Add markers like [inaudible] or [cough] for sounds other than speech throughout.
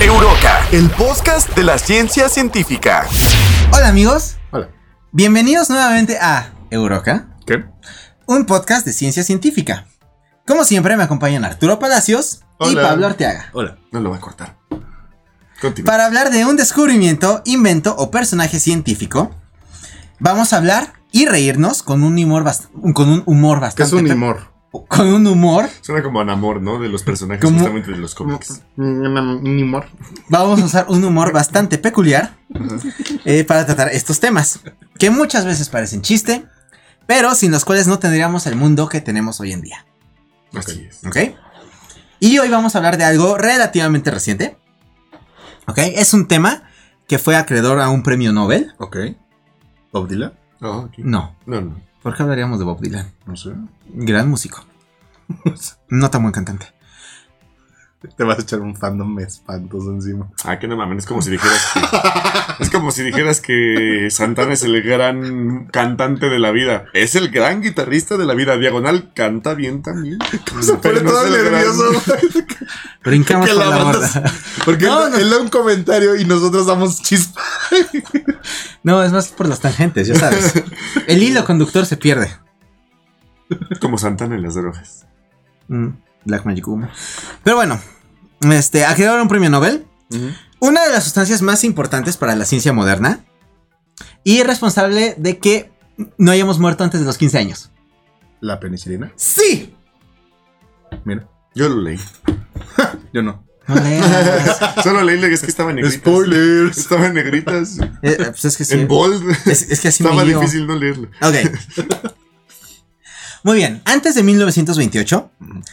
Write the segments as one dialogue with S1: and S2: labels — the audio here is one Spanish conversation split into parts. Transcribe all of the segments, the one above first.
S1: Euroca, el podcast de la ciencia científica.
S2: Hola amigos,
S3: Hola.
S2: bienvenidos nuevamente a Euroca,
S3: ¿Qué?
S2: un podcast de ciencia científica. Como siempre me acompañan Arturo Palacios y
S3: Hola.
S2: Pablo Arteaga
S3: Hola. No lo voy a cortar. Continúa.
S2: para hablar de un descubrimiento, invento o personaje científico. Vamos a hablar y reírnos con un humor bastante con un humor
S3: ¿Qué es
S2: bastante
S3: un humor?
S2: con un humor.
S3: Suena como Anamor, ¿no? De los personajes
S2: ¿Cómo?
S3: justamente de los cómics. Un humor.
S2: Vamos a usar un humor bastante peculiar eh, para tratar estos temas, que muchas veces parecen chiste, pero sin los cuales no tendríamos el mundo que tenemos hoy en día.
S3: Así es.
S2: ¿Ok? Y hoy vamos a hablar de algo relativamente reciente. ¿Ok? Es un tema que fue acreedor a un premio Nobel.
S4: Ok. Bob Dylan,
S3: Ah, ok.
S2: No.
S3: No, no.
S2: ¿Por qué hablaríamos de Bob Dylan?
S4: no sé.
S2: Gran
S4: [laughs]
S2: músico. No tan buen cantante.
S4: Te vas a echar un fandom espantoso encima.
S3: Ah, que no mames, es como si dijeras que. [laughs] es como si dijeras que Santana es el gran cantante de la vida. Es el gran guitarrista de la vida. Diagonal canta bien [laughs] también. Pero no es el gran-
S2: Brincamos
S4: [laughs] Que
S2: por
S4: la
S2: la
S4: mandas-
S2: borda.
S4: Porque
S2: No,
S4: él,
S2: no.
S4: él da un comentario y nosotros damos chispa.
S2: No, es más por las tangentes, ya sabes.
S4: [laughs]
S2: El hilo conductor se pierde.
S3: [laughs] Como Santana en las drogas.
S2: Mm, Black Magic Humo. Pero bueno, este, acreedor a un premio Nobel. Una de las sustancias más importantes para la ciencia moderna. Y responsable de que no hayamos muerto antes de los 15 años.
S4: La penicilina.
S2: ¡Sí!
S4: Mira,
S3: Yo lo leí.
S4: yo no.
S2: No leas.
S3: [laughs] Solo leí que es que estaba en negritas.
S4: Spoilers.
S3: Estaba en negritas.
S2: Eh, pues es que sí.
S3: En bold.
S2: Es, es que así
S3: Estaba
S2: me guío.
S3: difícil no leerlo.
S2: Ok. Muy bien, antes de 1928,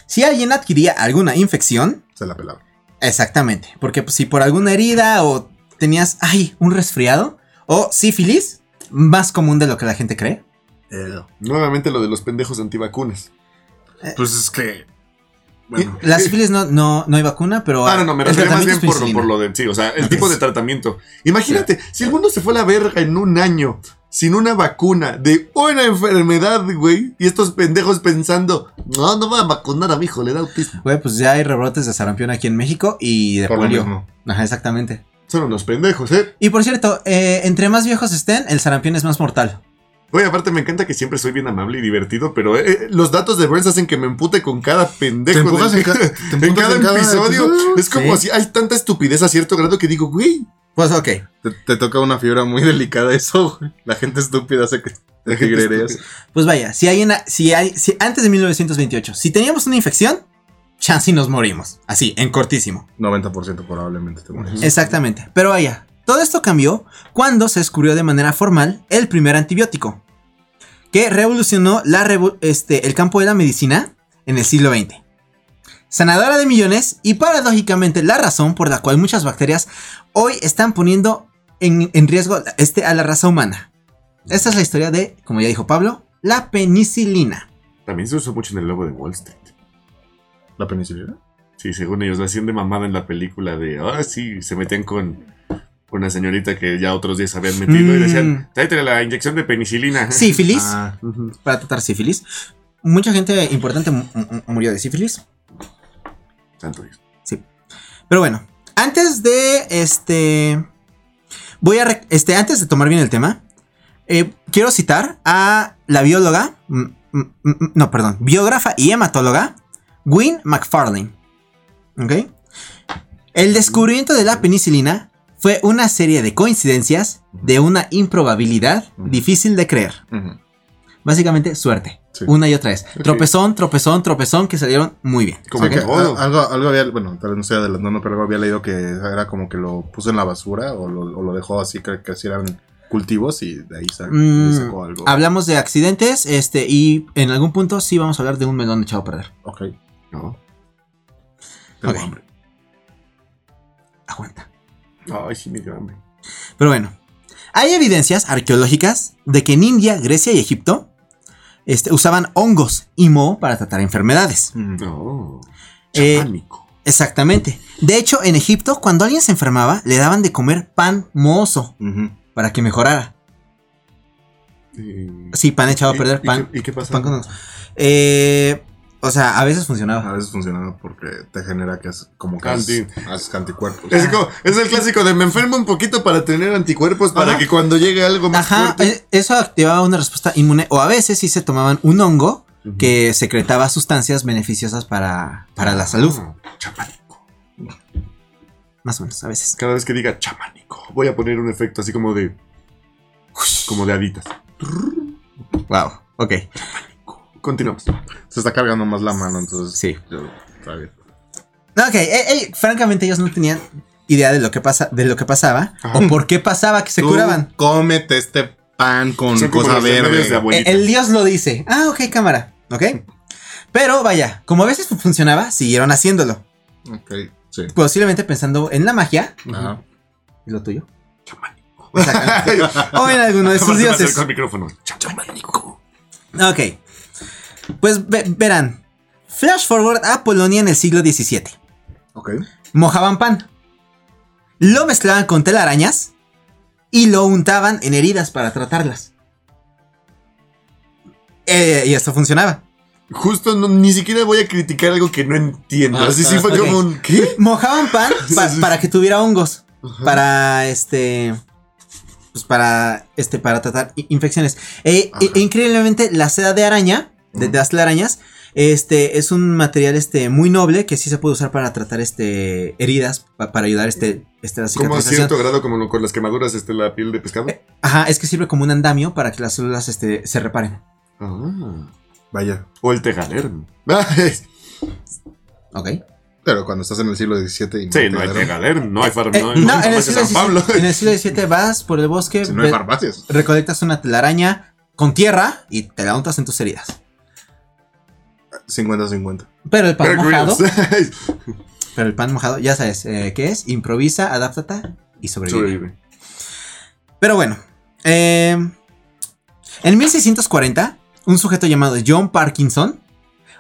S2: si alguien adquiría alguna infección,
S4: Se la pelaba.
S2: exactamente, porque pues, si por alguna herida o tenías, ay, un resfriado o sífilis, más común de lo que la gente cree.
S3: Nuevamente lo de los pendejos antivacunas.
S4: pues es que. Bueno.
S2: La sífilis no, no, no hay vacuna, pero...
S3: Ah, no, no, me
S2: el
S3: refiero más
S2: tratamiento
S3: bien
S2: es
S3: por,
S2: penicilina.
S3: por lo de. Sí, o sea, el
S2: Ok.
S3: tipo de tratamiento. Imagínate, si el mundo se fue a la verga en un año sin una vacuna de una enfermedad, güey, y estos pendejos pensando, no, no va a vacunar a mi hijo, le da autismo.
S2: Güey, pues ya hay rebrotes de sarampión aquí en México y de
S4: Por lo
S2: polio.
S4: mismo.
S2: Ajá, exactamente.
S3: Son unos pendejos, ¿eh?
S2: Y por cierto, eh, entre más viejos estén, el sarampión es más mortal.
S3: Oye, aparte me encanta que siempre soy bien amable y divertido, pero eh, eh, los datos de Burns hacen que me empute con cada pendejo.
S4: Te empujas
S3: de-
S4: en ca- te
S3: en,
S4: emputas
S3: cada
S4: en cada
S3: episodio.
S4: episodio.
S3: Es como
S2: Sí.
S3: si hay tanta estupidez a cierto grado que digo, güey,
S2: Pues ok.
S4: Te, te toca una fibra muy delicada eso, güey. La gente estúpida hace que te
S3: La gente
S4: tigrereas.
S2: Pues vaya, si hay una, si hay, si antes de 1928, si teníamos una infección, chance y nos morimos. Así, en cortísimo.
S4: 90% probablemente te mueres.
S2: Exactamente. Pero vaya, todo esto cambió cuando se descubrió de manera formal el primer antibiótico, que revolucionó la revo- este, el campo de la medicina en el siglo XX. Sanadora de millones y paradójicamente la razón por la cual muchas bacterias hoy están poniendo en, en riesgo la- este, a la raza humana. Esta es la historia de, como ya dijo Pablo, la penicilina.
S3: También se usó mucho en el logo de Wall Street.
S4: La penicilina.
S3: Sí, según ellos, la hacían de mamada en la película de, ah, sí, se metían con una señorita que ya otros días habían metido y decían,
S2: Mm.
S3: tráete la inyección
S2: [laughs]
S3: de penicilina.
S2: Sífilis.
S4: Ah,
S2: para tratar sífilis. Mucha gente importante mu- mu- murió de sífilis.
S3: Santo Dios.
S2: Pero bueno, antes de este. Voy a. re- Este, antes de tomar bien el tema, eh, quiero citar a la bióloga. mm, mm, mm, No, perdón, biógrafa y hematóloga, Wynne McFarlane. ¿Ok? El descubrimiento de la penicilina fue una serie de coincidencias de una improbabilidad difícil de creer.
S4: ujú.
S2: Básicamente, suerte.
S4: Sí.
S2: Una y otra vez.
S3: Ok.
S2: Tropezón, tropezón, tropezón, que salieron muy bien.
S3: Como
S4: Sí,
S3: que,
S4: que
S3: oh,
S4: al- algo, algo había, bueno, tal vez no estoy adelantando, pero algo había leído que era como que lo puso en la basura o lo, o lo dejó así que crecieran cultivos y de ahí sa-
S2: Mm,
S4: le sacó algo.
S2: Hablamos de accidentes, este, y en algún punto sí vamos a hablar de un melón echado a perder.
S4: ok.
S3: no.
S4: Tengo
S2: Ok.
S4: hambre.
S2: Aguanta.
S3: Ay, sí, mi grande.
S2: Pero bueno, hay evidencias arqueológicas de que en India, Grecia y Egipto este, usaban hongos y moho para tratar enfermedades.
S4: Mm.
S3: No.
S2: Eh,
S3: Chamánico.
S2: Exactamente. De hecho, en Egipto, cuando alguien se enfermaba, le daban de comer pan mohoso
S4: Ujú.
S2: para que mejorara.
S3: Eh,
S2: Sí, pan echado a
S3: ¿y-
S2: perder,
S3: y
S2: pan
S3: qué- ¿Y qué pasa?
S2: Pan con- Eh, O sea, a veces
S4: A
S2: funcionaba.
S4: veces funciona porque te genera que es como que
S3: Anti-
S4: haces- haces anticuerpos.
S2: Ah.
S3: Es, como- es el clásico de me enfermo un poquito para tener anticuerpos para
S2: Ajá.
S3: que cuando llegue algo más
S2: Ajá,
S3: fuerte.
S2: e- eso activaba una respuesta inmune. O a veces sí se tomaban un hongo que secretaba sustancias beneficiosas para, para la salud.
S3: Ah. Chamánico.
S2: Más o menos, a veces.
S3: Cada vez que diga chamánico, voy a poner un efecto así como de. como de haditas.
S2: Wow, ok.
S3: Continuamos.
S4: Se está cargando más la mano, entonces.
S2: Sí.
S4: yo- está bien.
S2: No, Ok, eh, eh, francamente ellos no tenían idea de lo que pasa, de lo que pasaba
S3: Ajá.
S2: o por qué pasaba que se
S4: Tú
S2: curaban.
S4: Cómete este pan con
S3: Son como
S4: cosa
S3: los remedios de
S4: verde.
S2: Eh,
S3: abuelita.
S2: el dios lo dice. Ah, ok, cámara. Ok. Pero vaya, como a veces fu- funcionaba, siguieron haciéndolo.
S4: Ok, sí.
S2: Posiblemente pensando en la magia.
S4: Ajá.
S2: ¿Y lo tuyo?
S3: Chamánico. [laughs]
S2: Exactamente. o en alguno de sus
S3: [laughs] Aparte me
S2: dioses.
S3: acerco al micrófono. Chamánico.
S2: Ok. Pues ve- verán. Flash forward a Polonia en el siglo XVII.
S4: Ok.
S2: Mojaban pan. Lo mezclaban con telarañas. Y lo untaban en heridas para tratarlas. Eh, y esto funcionaba.
S3: Justo no- ni siquiera voy a criticar algo que no entiendo.
S4: Ah,
S3: Así sí
S4: ah,
S3: fue
S2: ok.
S3: como un. ¿Qué?
S2: Mojaban pan pa- para que tuviera hongos. Para este. Pues para. Este. Para tratar i- infecciones. E- e-
S4: Ajá.
S2: increíblemente, la seda de araña. De, de las telarañas. Este. Es un material este. Muy noble. Que sí se puede usar para tratar este. heridas. pa- para ayudar este. Este la
S3: Como a
S2: cicatrización.
S3: cierto grado, como lo- con las quemaduras, este, la piel de pescado.
S4: Eh.
S2: Ajá, es que sirve como un andamio para que las células este, se reparen.
S3: Ah.
S4: Vaya.
S3: O el tegalermo.
S2: Ok.
S4: Pero cuando estás en el siglo
S3: [laughs]
S4: XVII y
S3: Sí,
S4: te
S3: no hay
S4: dieron-
S3: tegalermo, no hay farmacia.
S2: Eh,
S3: no,
S2: no,
S3: hay- no hay
S2: en, el siglo
S3: farmacia San Pablo.
S2: XVII, en el siglo XVII vas por el bosque,
S4: Si no hay
S2: ve-
S4: farmacias.
S2: recolectas una telaraña con tierra y te la untas en tus heridas.
S4: 50-50.
S2: Pero el pan
S3: Bear
S2: mojado,
S3: Grylls.
S4: [laughs]
S2: pero el pan mojado, ya sabes eh, qué es, improvisa, adáptate y sobrevive.
S3: [laughs] Sobrevive.
S2: Pero bueno, eh, en 1640, un sujeto llamado John Parkinson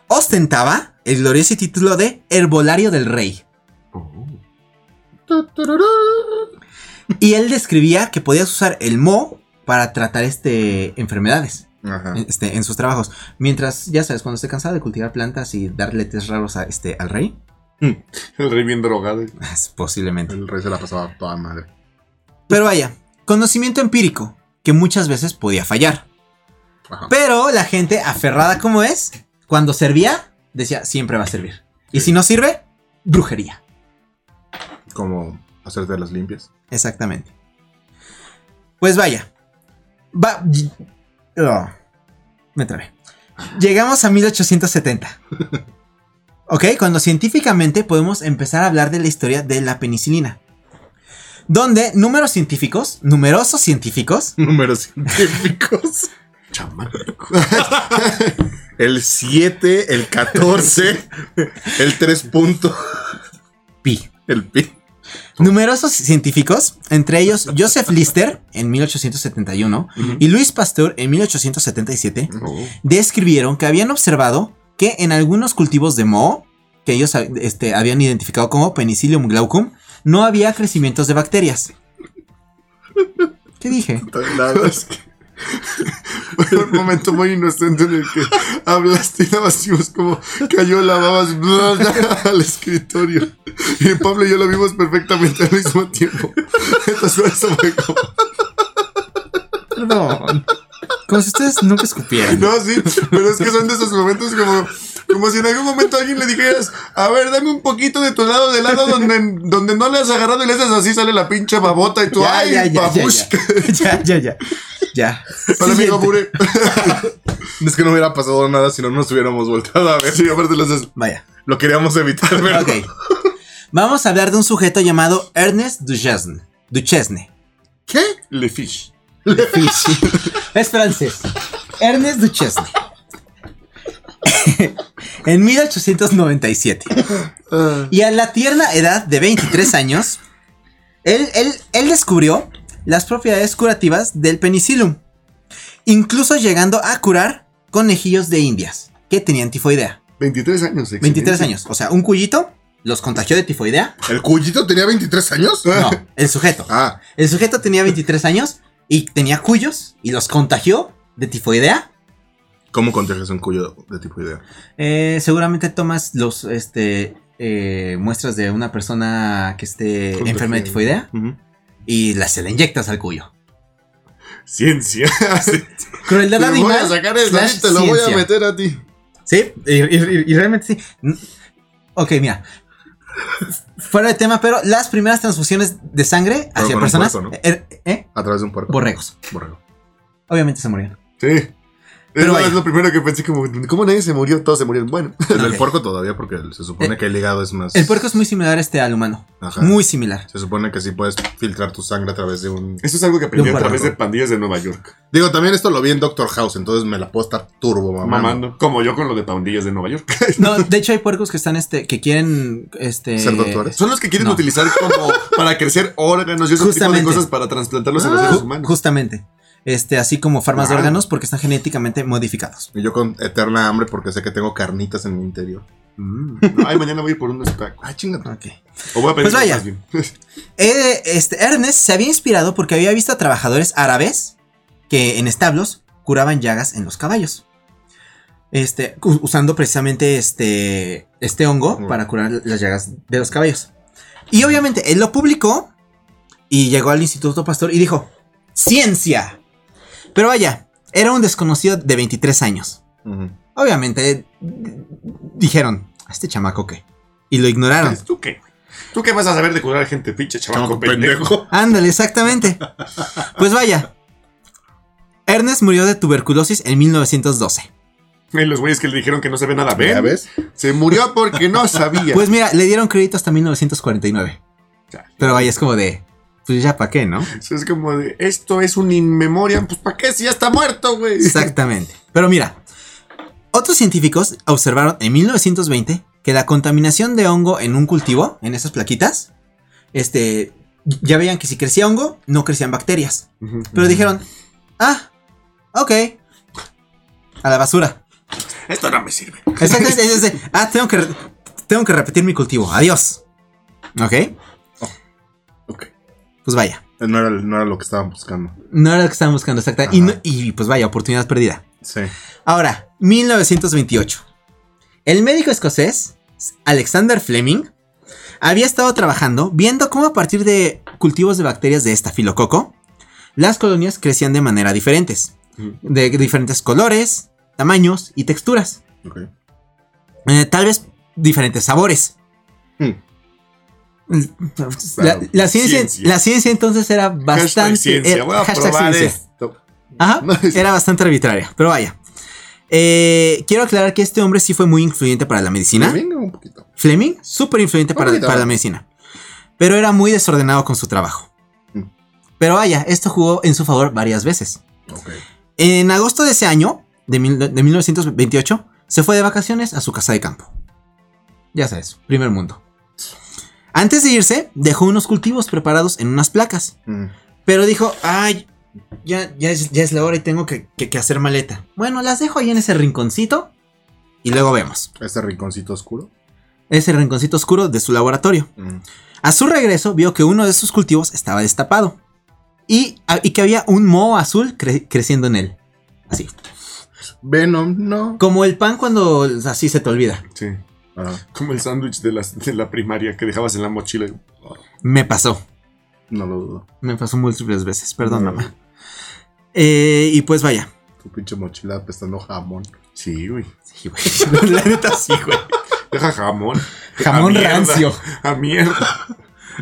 S2: ostentaba el glorioso título de Herbolario del Rey.
S3: Oh.
S2: Y él describía que podías usar el mo para tratar este enfermedades
S4: Ajá.
S2: este, en sus trabajos. Mientras, ya sabes, cuando esté cansado de cultivar plantas y darle test raros a, este, al rey, [laughs]
S3: El rey bien drogado.
S2: posiblemente.
S4: El rey se la pasaba toda madre.
S2: Pero vaya, conocimiento empírico que muchas veces podía fallar.
S4: Ajá.
S2: Pero la gente, aferrada como es, cuando servía, decía siempre va a servir. Y
S4: Sí.
S2: si no sirve, brujería.
S4: Como hacerte las limpias. [laughs]
S2: Exactamente. Pues vaya. Va. Oh, me trabé. Llegamos a 1870. Ok, cuando científicamente podemos empezar a hablar de la historia de la penicilina. Donde números científicos, numerosos científicos,
S4: Números científicos.
S3: Chamánico.
S4: El 7, el
S3: [laughs]
S4: 14, el 3 punto,
S2: pi.
S4: el pi.
S2: Numerosos científicos, entre ellos Joseph Lister en 1871 y Luis Pasteur en 1877,
S3: Oh.
S2: describieron que habían observado que en algunos cultivos de moho, que ellos este, habían identificado como Penicillium glaucum, no había crecimientos de bacterias. ¿Qué dije?
S4: La-
S3: Fue un momento muy inocente en el que hablaste y nada más vimos como cayó la babas al escritorio. Y Pablo y yo lo vimos perfectamente al mismo tiempo. Entonces eso fue como...
S2: Perdón. Como si ustedes nunca escupieran.
S3: No, sí, pero es que son de esos momentos como... Como si en algún momento a alguien le dijeras, a ver, dame un poquito de tu lado, del lado donde, donde no le has agarrado y le haces así, sale la pinche babota y tú,
S2: Ya,
S3: ¡ay,
S2: ya, ya, ya,
S3: babush!
S2: [laughs] ya, ya, ya, ya, ya.
S3: Hola, amigo
S2: Siguiente.
S3: Bure.
S4: Es que no hubiera pasado nada si no nos hubiéramos volteado a ver.
S3: Sí, aparte las haces...
S2: Vaya.
S4: Lo queríamos evitar, pero
S2: Ok. Vamos a hablar de un sujeto llamado Ernest Duchesne. Duchesne.
S4: ¿Qué?
S3: Le fish.
S2: Fishy. [laughs] Es francés. Ernest Duchesne. [laughs] en 1897. Y a la tierna edad de 23 años, él, él- él descubrió las propiedades curativas del penicillium. Incluso llegando a curar conejillos de indias que tenían tifoidea.
S3: 23 años, excelente.
S2: 23 años. O sea, un cuyito los contagió de tifoidea.
S4: ¿El cuyito tenía 23 años? [laughs]
S2: No, el sujeto.
S4: Ah,
S2: El sujeto tenía 23 años y tenía cuyos y los contagió de tifoidea
S4: ¿Cómo contrajes un cuyo de tipo idea?
S2: Eh, seguramente tomas los este eh, muestras de una persona que esté
S4: Contagiada.
S2: enferma de tifoidea y las se la inyectas al cuyo.
S3: [laughs] Ciencia.
S2: Crueldad
S4: Te voy a
S2: animal
S4: sacar el
S2: slash
S4: nariz, te lo voy a
S2: ciencia.
S4: meter a ti.
S2: Sí, y, y- y- y realmente sí. N- Ok, mira. Fuera de tema, pero las primeras transfusiones de sangre hacia
S4: con un
S2: personas.
S4: puerco, ¿no?
S2: eh, eh,
S4: A través de un puerco.
S2: Borregos.
S4: Borrego.
S2: Obviamente se murieron.
S3: Sí.
S2: Pero
S3: Pero
S2: vaya.
S3: es lo primero que pensé, como, ¿cómo nadie se murió? Todos se murieron. Bueno,
S4: Pues El del
S2: Ok.
S4: puerco todavía, porque se supone
S2: Eh,
S4: que el hígado es más.
S2: El puerco es muy similar este al humano.
S4: Ajá.
S2: Muy similar.
S4: Se supone que sí puedes filtrar tu sangre a través de un.
S3: eso es algo que aprendí
S2: De un
S3: a través de
S4: cuadrado.
S3: pandillas de Nueva York.
S4: Digo, también esto lo vi en Doctor House, entonces me la puedo estar turbo, mamá.
S3: Mamando. Como yo con lo de pandillas de Nueva York.
S2: No, de hecho hay puercos que están este, que quieren este.
S4: ¿Ser
S3: [laughs]
S4: doctores?
S3: Son los que quieren
S2: No.
S3: utilizar como para [laughs] crecer órganos y ese
S2: Justamente.
S3: tipo de cosas para trasplantarlos a los
S2: Ju-
S3: seres humanos.
S2: Justamente. Este, así como farmas de
S3: Wow.
S2: órganos porque están genéticamente modificados.
S4: Y yo con eterna hambre porque sé que tengo carnitas en mi interior.
S3: Mm. Ay, mañana voy a ir por unos tacos.
S4: Ah, chingada.
S2: Ok.
S3: O voy a pedir
S2: Pues vaya.
S3: más bien.
S2: Eh, este, Ernest se había inspirado porque había visto a trabajadores árabes que en establos curaban llagas en los caballos. Este, u- usando precisamente este, este hongo
S4: Mm.
S2: para curar las llagas de los caballos. Y obviamente él lo publicó y llegó al Instituto Pastor y dijo, ciencia. Pero vaya, era un desconocido de 23 años.
S4: Ujú.
S3: Ah,
S2: Obviamente d- dijeron, a este chamaco qué. Y lo ignoraron.
S3: ¿Tú qué? ¿Tú qué vas a saber de curar gente, pinche chamaco
S4: Chamaco
S3: pendejo?
S4: pendejo.
S2: Ándale, exactamente. Pues vaya. Ernest murió de tuberculosis en 1912.
S3: [laughs] Y los güeyes que le dijeron que no se ve nada.
S4: ¿Ya
S3: ¿Ven?
S4: ves?
S3: Se murió porque no [laughs] sabía.
S2: Pues mira, le dieron crédito hasta 1949.
S3: Chale.
S2: Pero vaya, es como de. Pues ya para qué, ¿no?
S3: Eso es como de, esto es un in memoriam, pues ¿para qué si ya está muerto, güey?
S2: Exactamente. Pero mira, otros científicos observaron en 1920 que la contaminación de hongo en un cultivo, en esas plaquitas, este, ya veían que si crecía hongo, no crecían bacterias.
S3: [laughs] Ujú.
S2: Pero dijeron, ah, ok, a la basura.
S3: Esto no me sirve.
S2: Exactamente, es de, ah, tengo que, re- tengo que repetir mi cultivo. Adiós. ¿Ok?
S4: Ok.
S2: Pues vaya.
S4: Eh, No era, no era lo que estaban buscando.
S2: No era lo que estaban buscando, exacta. Y,
S4: Ajá.
S2: no- y pues vaya, oportunidad perdida.
S4: Sí.
S2: Ahora, 1928. El médico escocés, Alexander Fleming, había estado trabajando viendo cómo a partir de cultivos de bacterias de estafilococo, las colonias crecían de manera diferentes.
S3: Ujú.
S2: De diferentes colores, tamaños y texturas.
S4: Ok.
S2: Eh, tal vez diferentes sabores.
S4: Hmm.
S2: La, la ciencia,
S3: Ciencia.
S2: la ciencia entonces era
S3: Hashtag
S2: bastante.
S3: ciencia,
S2: era-
S3: voy a
S2: hashtag
S3: probar
S2: ciencia.
S3: esto.
S2: Ajá,
S3: [laughs] No, es-
S2: era bastante arbitraria, pero vaya. Eh, quiero aclarar que este hombre sí fue muy influyente para la medicina. Fleming,
S4: Venga, un poquito.
S2: súper
S3: Ah,
S2: influyente para,
S4: poquito.
S2: para la medicina. Pero era muy desordenado con su trabajo.
S4: Hmm.
S2: Pero vaya, esto jugó en su favor varias veces.
S4: Ok.
S2: En agosto de ese año, de, mil- de 1928, se fue de vacaciones a su casa de campo. Ya sabes, primer mundo. Antes de irse, dejó unos cultivos preparados en unas placas,
S4: Mm.
S2: pero dijo, ay, ya, ya, es, ya es la hora y tengo que, que- que hacer maleta. Bueno, las dejo ahí en ese rinconcito y luego vemos.
S4: Este rinconcito oscuro.
S2: Ese rinconcito oscuro de su laboratorio.
S4: Mm.
S2: A su regreso, vio que uno de sus cultivos estaba destapado y, y que había un moho azul cre- creciendo en él. Así.
S4: Venom, no.
S2: Como el pan cuando así se te olvida.
S3: [laughs] Sí,
S4: Ah,
S3: como el sándwich de, las- de la primaria que dejabas en la mochila.
S2: Me pasó.
S4: no lo dudo.
S2: Me pasó múltiples veces. Perdón,
S4: No.
S2: mamá. Eh, y pues vaya.
S4: Tu pinche mochila apestando jamón.
S3: Sí, güey.
S2: Sí, güey. [laughs] La neta sí, güey. Ah,
S3: Deja jamón.
S2: Jamón
S3: A mierda,
S2: rancio.
S3: A mierda.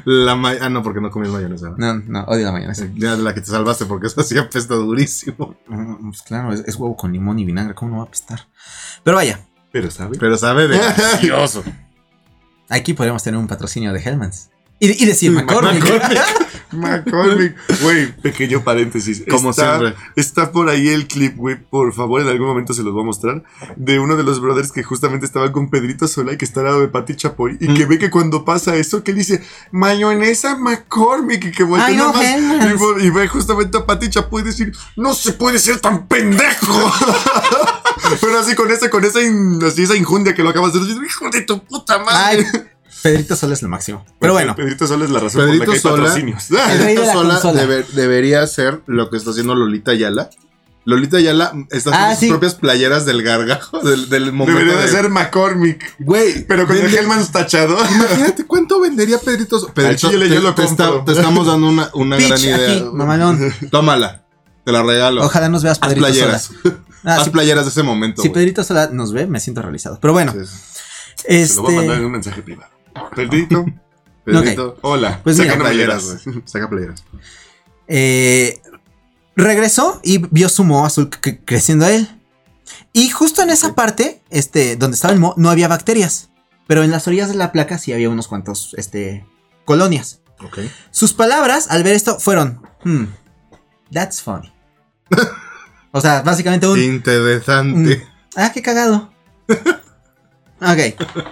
S4: La ma- ah, no, porque no comí mayonesa. ¿verdad?
S2: No, no, odio la mañana.
S4: Ya de la que te salvaste, porque eso sí apesta durísimo.
S2: Pues claro, es, es huevo con limón y vinagre. ¿Cómo no va a apestar? Pero vaya,
S3: Pero, ¿sabes?
S4: Pero sabe delicioso.
S2: aquí podríamos tener un patrocinio de Hellman's. Y, y decir
S4: Mm,
S2: McCormick.
S3: McCormick. Güey, [laughs] pequeño paréntesis.
S4: Como
S3: está,
S4: siempre.
S3: Está por ahí el clip, güey. Por favor, en algún momento se los voy a mostrar. De uno de los brothers que justamente estaba con Pedrito Sola y que está al lado de Pati Chapoy. Y
S4: Mm.
S3: que ve que cuando pasa eso, que él dice, mayonesa McCormick. Y que voltea
S2: Ay, no,
S3: nada más.
S2: Hellmann's.
S3: Y vol- Y, ve justamente a Pati Chapoy decir, no se puede ser tan pendejo. [laughs] Pero así con esa, con esa, in- así esa injundia que lo acabas de decir, hijo de tu puta
S2: [laughs] Ay,
S3: madre.
S2: Pedrito Sol es lo máximo. Pero bueno,
S3: Pedrito Sola es la razón por la
S4: Pedrito
S3: que hay
S4: [laughs] Sola.
S3: patrocinios.
S2: El rey de
S4: Pedrito
S2: la
S4: Sola
S2: consola.
S4: debe- debería hacer lo que está haciendo Lolita Ayala Lolita Ayala está haciendo
S2: Ah,
S4: sus
S2: sí.
S4: propias playeras del gargajo, del, del momento.
S3: Debería de
S4: del-
S3: ser McCormick,
S4: Güey,
S3: pero con el
S4: vende-
S3: Hellman tachado.
S4: Imagínate cuánto vendería Pedrito. So- Pedrito,
S3: chile yo
S4: te-
S3: lo
S4: te,
S3: compro.
S4: está- te estamos dando una, una
S2: Pitch
S4: gran idea.
S2: aquí, [laughs] mamalón.
S4: Tómala. Te la regalo.
S2: Ojalá nos veas,
S4: Haz
S2: Pedrito
S4: playeras.
S2: Sola. Ah,
S4: Haz
S2: si,
S4: playeras de ese momento.
S2: si
S4: güey.
S2: Pedrito Sola nos ve, me siento realizado. Pero bueno,
S4: Sí, sí.
S3: Se lo voy a mandar en
S2: este.
S3: un mensaje privado.
S2: [laughs]
S3: Pedrito,
S4: Pedrito,
S3: hola.
S2: Pues
S3: saca
S2: mira,
S4: saca playeras,
S3: playeras.
S4: güey. Saca playeras.
S2: eh, regresó y vio su moho azul cre- cre- creciendo a él. Y justo en esa parte, este, donde estaba el moho, no había bacterias. Pero en las orillas de la placa sí había unos cuantos, este, colonias.
S4: Ok.
S2: Sus palabras al ver esto fueron: "Hmm, That's funny. o sea, básicamente un.
S4: Interesante.
S2: Ah, qué cagado. ok.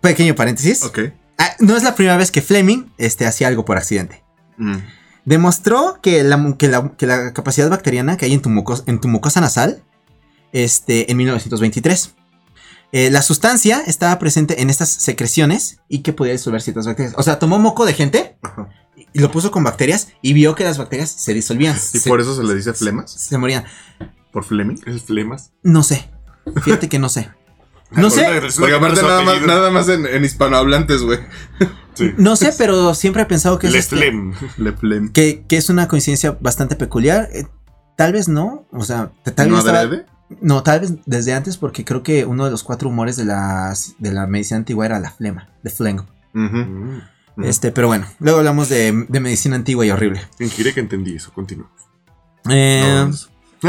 S2: Pequeño paréntesis.
S4: Ok.
S2: Ah, no es la primera vez que Fleming este, hacía algo por accidente.
S4: Mm.
S2: Demostró que la, mu- que la- que la capacidad bacteriana que hay en tu, mucos- en tu mucosa nasal este, en 1923. Eh, la sustancia estaba presente en estas secreciones y que podía disolver ciertas bacterias. O sea, tomó moco de gente
S4: Ajá.
S2: y lo puso con bacterias y vio que las bacterias se disolvían.
S4: ¿Y
S2: se-
S4: por eso se le dice flemas?
S2: se morían.
S4: ¿Por Fleming?
S3: El flemas.
S2: No sé. Fíjate que no
S4: [laughs]
S2: sé. No sé.
S4: Porque aparte
S3: Su
S4: nada más,
S3: apellido.
S4: nada más en, en hispanohablantes, güey.
S3: Sí.
S2: No sé, pero siempre he pensado que es,
S3: El
S2: este-
S3: Slem.
S4: Le Flem.
S2: que, que es una coincidencia bastante peculiar. Eh, tal vez no. O sea, t- tal vez.
S4: ¿No
S2: estaba-
S4: adrede?
S2: no, tal vez desde antes, porque creo que uno de los cuatro humores de la, de la medicina antigua era la flema, de flengo.
S4: Ujú.
S3: Mm.
S4: Ujú.
S2: Este, pero bueno, luego hablamos de, de medicina antigua y horrible.
S3: Fingiré que entendí eso. Continúa.
S2: Eh,
S4: No,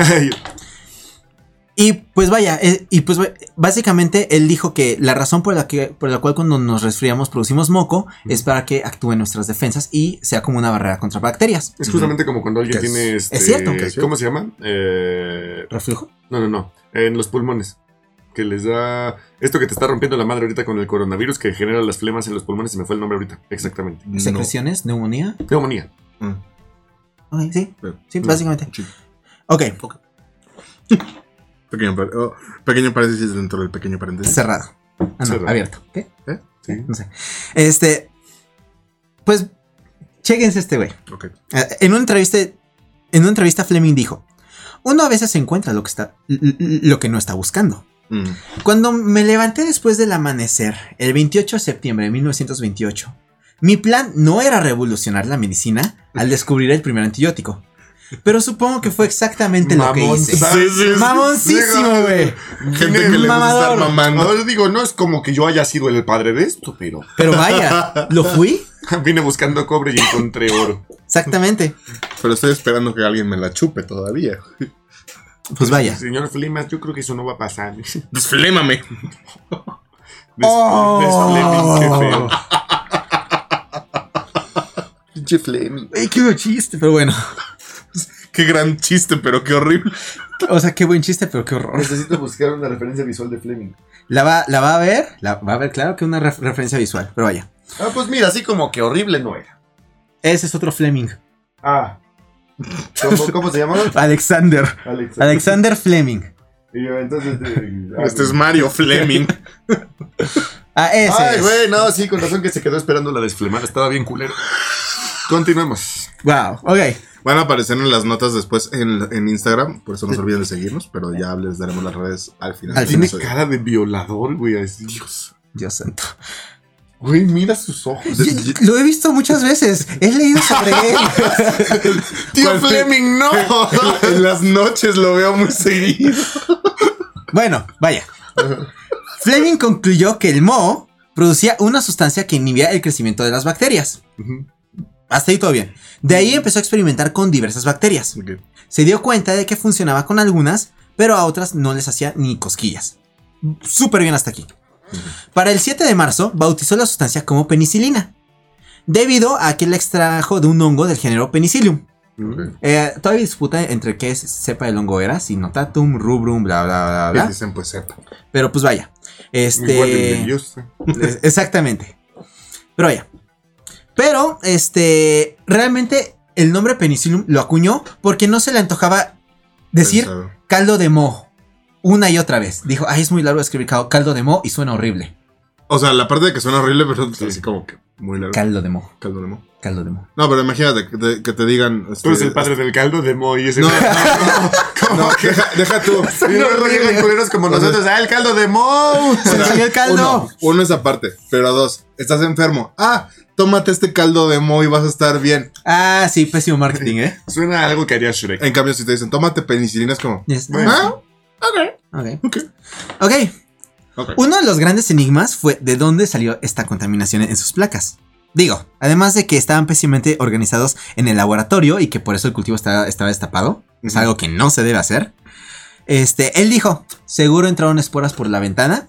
S3: Ay,
S2: Y pues vaya, eh, y pues va- básicamente él dijo que la razón por la, que, por la cual cuando nos resfriamos producimos moco es para que actúen nuestras defensas y sea como una barrera contra bacterias.
S3: es justamente como cuando alguien
S4: Que es-
S3: tiene este.
S2: es cierto, que
S4: es cierto.
S3: ¿Cómo se llama? Eh,
S2: ¿Reflujo?
S3: no, no, no. En los pulmones. Que les da. Esto que te está rompiendo la madre ahorita con el coronavirus que genera las flemas en los pulmones. Se me fue el nombre ahorita. Exactamente.
S4: no.
S2: ¿Secreciones? ¿Neumonía?
S3: Neumonía.
S4: Mm.
S2: Ok, sí,
S4: Pero- mm,
S2: sí, básicamente.
S4: Sí.
S2: Ok,
S4: Pequeño, par- oh, pequeño paréntesis dentro del pequeño paréntesis.
S2: cerrado. Ah, no,
S3: Cerrado.
S2: abierto. ¿Qué?
S4: Ah,
S3: Sí.
S2: No sé. Este. Pues, chéquense este güey.
S4: Ok.
S2: Eh, En una entrevista, en una entrevista Fleming dijo: Uno a veces se encuentra lo que, está, lo que no está buscando.
S4: Mm.
S2: Cuando me levanté después del amanecer, el 28 de septiembre de 1928, mi plan no era revolucionar la medicina
S4: [laughs]
S2: al descubrir el primer antibiótico. Pero supongo que fue exactamente lo que hice.
S3: Sí, sí, sí.
S2: Mamoncísimo, güey.
S4: Gente que le gusta
S2: Mamador.
S4: estar mamando.
S3: Ahora digo, no es como que yo haya sido el padre de esto, pero
S2: Pero
S3: [laughs]
S2: vaya, ¿lo fui?
S3: vine buscando cobre y encontré oro.
S2: Exactamente.
S4: Pero estoy esperando que alguien me la chupe todavía.
S2: Pues vaya.
S3: Señor Flemas, yo creo que eso no va a pasar. [laughs] Des-
S4: Desflémame.
S2: Oh.
S3: des- Fleming, qué feo.
S4: Pinche Fleming.
S2: Ey, qué buen chiste, pero bueno.
S4: Qué gran chiste, pero qué horrible.
S2: O sea, qué buen chiste, pero qué horror.
S3: Necesito buscar una referencia visual de Fleming.
S2: La va, la va a ver, la va a ver, claro que una ref- referencia visual, pero vaya.
S3: Ah, pues mira, así como que horrible no era.
S2: Ese es otro Fleming.
S3: Ah. ¿Cómo, cómo se llamaba?
S2: Alexander.
S3: Alex.
S2: Alexander Fleming.
S3: Y yo, entonces. eh, ah,
S4: Este es Mario
S3: [laughs]
S4: Fleming.
S2: Ah, ese.
S3: Ay,
S2: es.
S3: güey, no, sí, con razón que se quedó esperando la desflemada. Estaba bien culero. Continuemos.
S2: Wow, ok.
S4: Van a aparecer en las notas después en, en Instagram. Por eso no se olviden de seguirnos. Pero ya les daremos las redes al final.
S2: Al final.
S4: del
S3: Tiene
S4: episodio.
S3: cara de violador, güey. así. Dios.
S2: Dios santo.
S3: Güey, mira sus ojos.
S4: Yo-
S2: Lo he visto muchas veces. He leído sobre
S3: [laughs]
S2: él.
S3: Tío
S4: ¿Cuál fue?
S3: Fleming, no.
S4: en las noches lo veo muy seguido.
S2: Bueno, vaya. Fleming concluyó que el moho producía una sustancia que inhibía el crecimiento de las bacterias.
S3: Ujú.
S2: Hasta ahí todo bien. De ahí empezó a experimentar con diversas bacterias.
S4: Ok.
S2: Se dio cuenta de que funcionaba con algunas, pero a otras no les hacía ni cosquillas. Súper bien hasta aquí. Para el 7 de marzo bautizó la sustancia como penicilina, debido a que la extrajo de un hongo del género Penicillium.
S4: Ok.
S2: Eh, todavía hay disputa entre qué cepa del hongo era, si notatum, rubrum, bla, bla, bla,
S4: Y
S2: bla.
S4: dicen, pues sepa.
S2: Pero pues vaya.
S3: Igual de
S2: Este.
S3: envidiosa.
S2: es- Exactamente. Pero vaya. Pero, este. Realmente el nombre penicillium lo acuñó porque no se le antojaba decir
S4: Pensado.
S2: caldo de moho una y otra vez. Dijo, ay, es muy largo escribir cal- caldo de moho y suena horrible.
S4: O sea, la parte de que suena horrible, pero
S3: Sí.
S4: así como que. Muy largo.
S2: Caldo de mojo.
S4: Caldo de mo.
S2: Caldo de mojo.
S4: No, pero imagínate que te, que te digan. este,
S3: Tú eres el padre del caldo de Mo y ese.
S4: [laughs] No, no, no, no, deja, deja [laughs] tú.
S3: Y luego llegan culeros como nosotros. ¡Ah, el caldo de Mo!
S2: ¡Se
S3: [laughs]
S4: Una-
S2: enseñó el caldo!
S4: Uno, uno es aparte, pero dos, estás enfermo. Ah, tómate este caldo de mo y vas a estar bien.
S2: Ah, sí, pésimo marketing, ¿eh?
S3: [laughs] Suena a algo que haría
S2: [laughs]
S3: Shrek.
S4: En cambio, si te dicen, tómate penicilina, es como.
S2: Yes.
S4: ¿Ah?
S2: Ok.
S4: Ok.
S2: Ok.
S4: Ok.
S2: Uno de los grandes enigmas fue de dónde salió esta contaminación en sus placas. Digo, además de que estaban pésimamente organizados en el laboratorio y que por eso el cultivo estaba, estaba destapado, es
S4: Ujú.
S2: algo que no se debe hacer. Este, él dijo, seguro entraron esporas por la ventana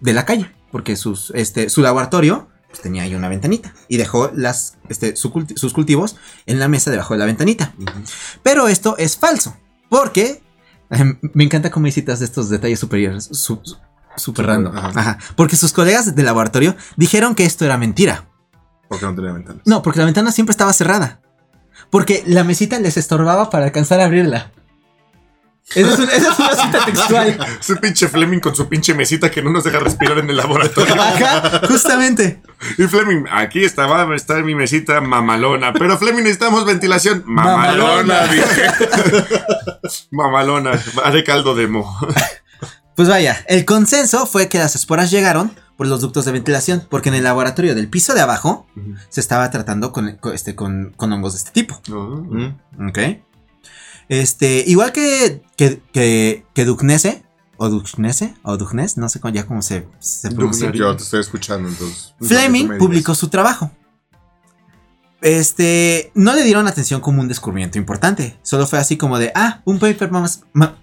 S2: de la calle, porque sus, este, su laboratorio pues, tenía ahí una ventanita y dejó las, este, su culti- sus cultivos en la mesa debajo de la ventanita. Pero esto es falso, porque em, me encanta cómo visitas estos detalles superiores, su- su- super random.
S4: ajá.
S2: Ajá, Porque sus colegas del laboratorio dijeron que esto era mentira.
S4: Porque no tenía ventanas.
S2: No, porque la ventana siempre estaba cerrada. Porque la mesita les estorbaba para alcanzar a abrirla. Esa es, un- esa es una cita textual.
S3: Su pinche Fleming con su pinche mesita que no nos deja respirar en el laboratorio.
S2: Ajá, justamente.
S3: Y Fleming, aquí estaba, está en mi mesita mamalona. Pero Fleming, necesitamos ventilación. Mamalona,
S2: Mamalona.
S3: dije. [laughs] Mamalona, va de caldo de mo.
S2: Pues vaya, el consenso fue que las esporas llegaron por los ductos de ventilación, porque en el laboratorio del piso de abajo
S3: Ujú.
S2: se estaba tratando con, con este, con- con hongos de este tipo.
S3: [laughs] No.
S4: Mm.
S2: Ok. Este, igual que, que, que, que Ducnese, o Ducnese, o Ducnes, no sé cómo, ya cómo se, se pronuncia.
S4: Yo te estoy escuchando, entonces.
S2: Fleming
S4: Entonces, Pues, tú me dices.
S2: publicó su trabajo. Este, no le dieron atención como un descubrimiento importante. Solo fue así como de, ah, un paper más. ma-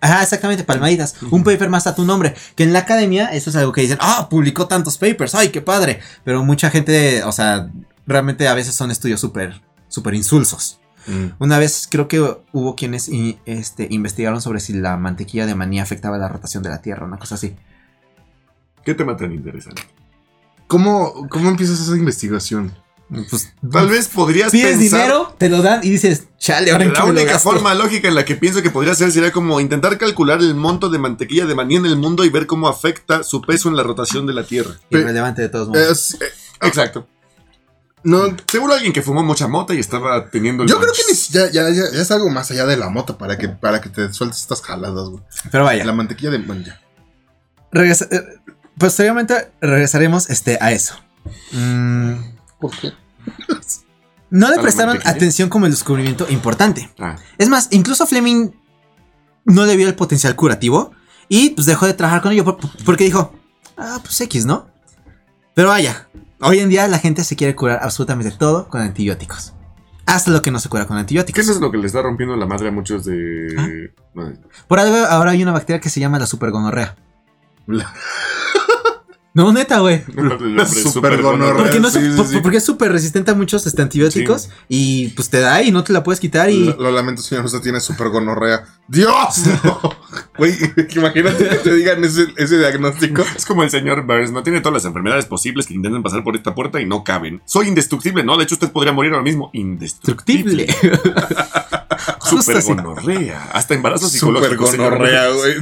S2: Ajá, exactamente, palmaditas. Un paper más a tu nombre. Que en la academia, eso es algo que dicen, ah, publicó tantos papers, ay, qué padre. Pero mucha gente, o sea, realmente a veces son estudios súper, súper insulsos.
S4: Mm.
S2: Una vez creo que hubo quienes i- este, investigaron sobre si la mantequilla de maní afectaba la rotación de la Tierra, una cosa así.
S3: ¿Qué tema tan interesante?
S4: ¿Cómo, ¿Cómo empiezas esa investigación?
S2: Pues,
S3: Tal vez podrías
S2: pides
S3: pensar.
S2: dinero, te lo dan y dices, chale, ahora en
S3: La
S2: qué me lo
S3: única
S2: gasto?
S3: forma lógica en la que pienso que podría ser sería como intentar calcular el monto de mantequilla de maní en el mundo y ver cómo afecta su peso en la rotación de la Tierra.
S2: Irrelevante de todos modos.
S4: Es- eh,
S3: Exacto.
S4: no,
S3: Seguro alguien que fumó mucha mota y estaba teniendo el
S4: yo creo que ni si- ya, ya- ya- ya es algo más allá de la mota para que, para que te sueltes estas jaladas, güey.
S2: Pero vaya,
S4: La mantequilla de. Bueno, ya.
S2: regresa- eh, posteriormente regresaremos este, a eso. Mm,
S4: ¿Por qué?
S2: no
S3: ¿A
S2: le
S3: la
S2: prestaron
S3: mantequilla?
S2: atención como el descubrimiento importante.
S3: Ah,
S2: Es más, incluso Fleming no le vio el potencial curativo y pues dejó de trabajar con ello por- porque dijo, ah, pues X, ¿no? Pero vaya, hoy en día la gente se quiere curar absolutamente todo con antibióticos. Hasta lo que no se cura con
S3: ¿Qué
S2: antibióticos.
S3: es lo que le está rompiendo la madre a muchos de.
S2: ¿Ah?
S3: Bueno,
S2: Por algo ahora hay una bacteria que se llama la supergonorrea. [laughs]
S4: La-
S2: No, neta, güey.
S3: el
S4: [laughs]
S3: hombre es
S4: Super
S3: súper
S4: gonorrea.
S3: gonorrea.
S2: Porque, no
S4: Sí,
S2: se-
S4: sí,
S2: por-
S4: sí.
S2: porque es súper resistente a muchos este, antibióticos
S3: Sí.
S2: y pues te da y no te la puedes quitar y...
S4: Lo, lo lamento, señor. Usted tiene super gonorrea. [laughs] ¡Dios! No. Güey, [laughs] imagínate que te digan ese, ese diagnóstico.
S3: Es como el señor Burns, no tiene todas las enfermedades posibles que intentan pasar por esta puerta y no caben. Soy indestructible, no, de hecho usted podría morir ahora mismo.
S2: Destructible.
S3: Indestructible.
S2: [laughs] Justo
S3: Super
S2: así.
S3: gonorrea. Hasta embarazo
S4: Super
S3: psicológico. señor
S4: gonorrea,
S3: Burns.
S4: güey.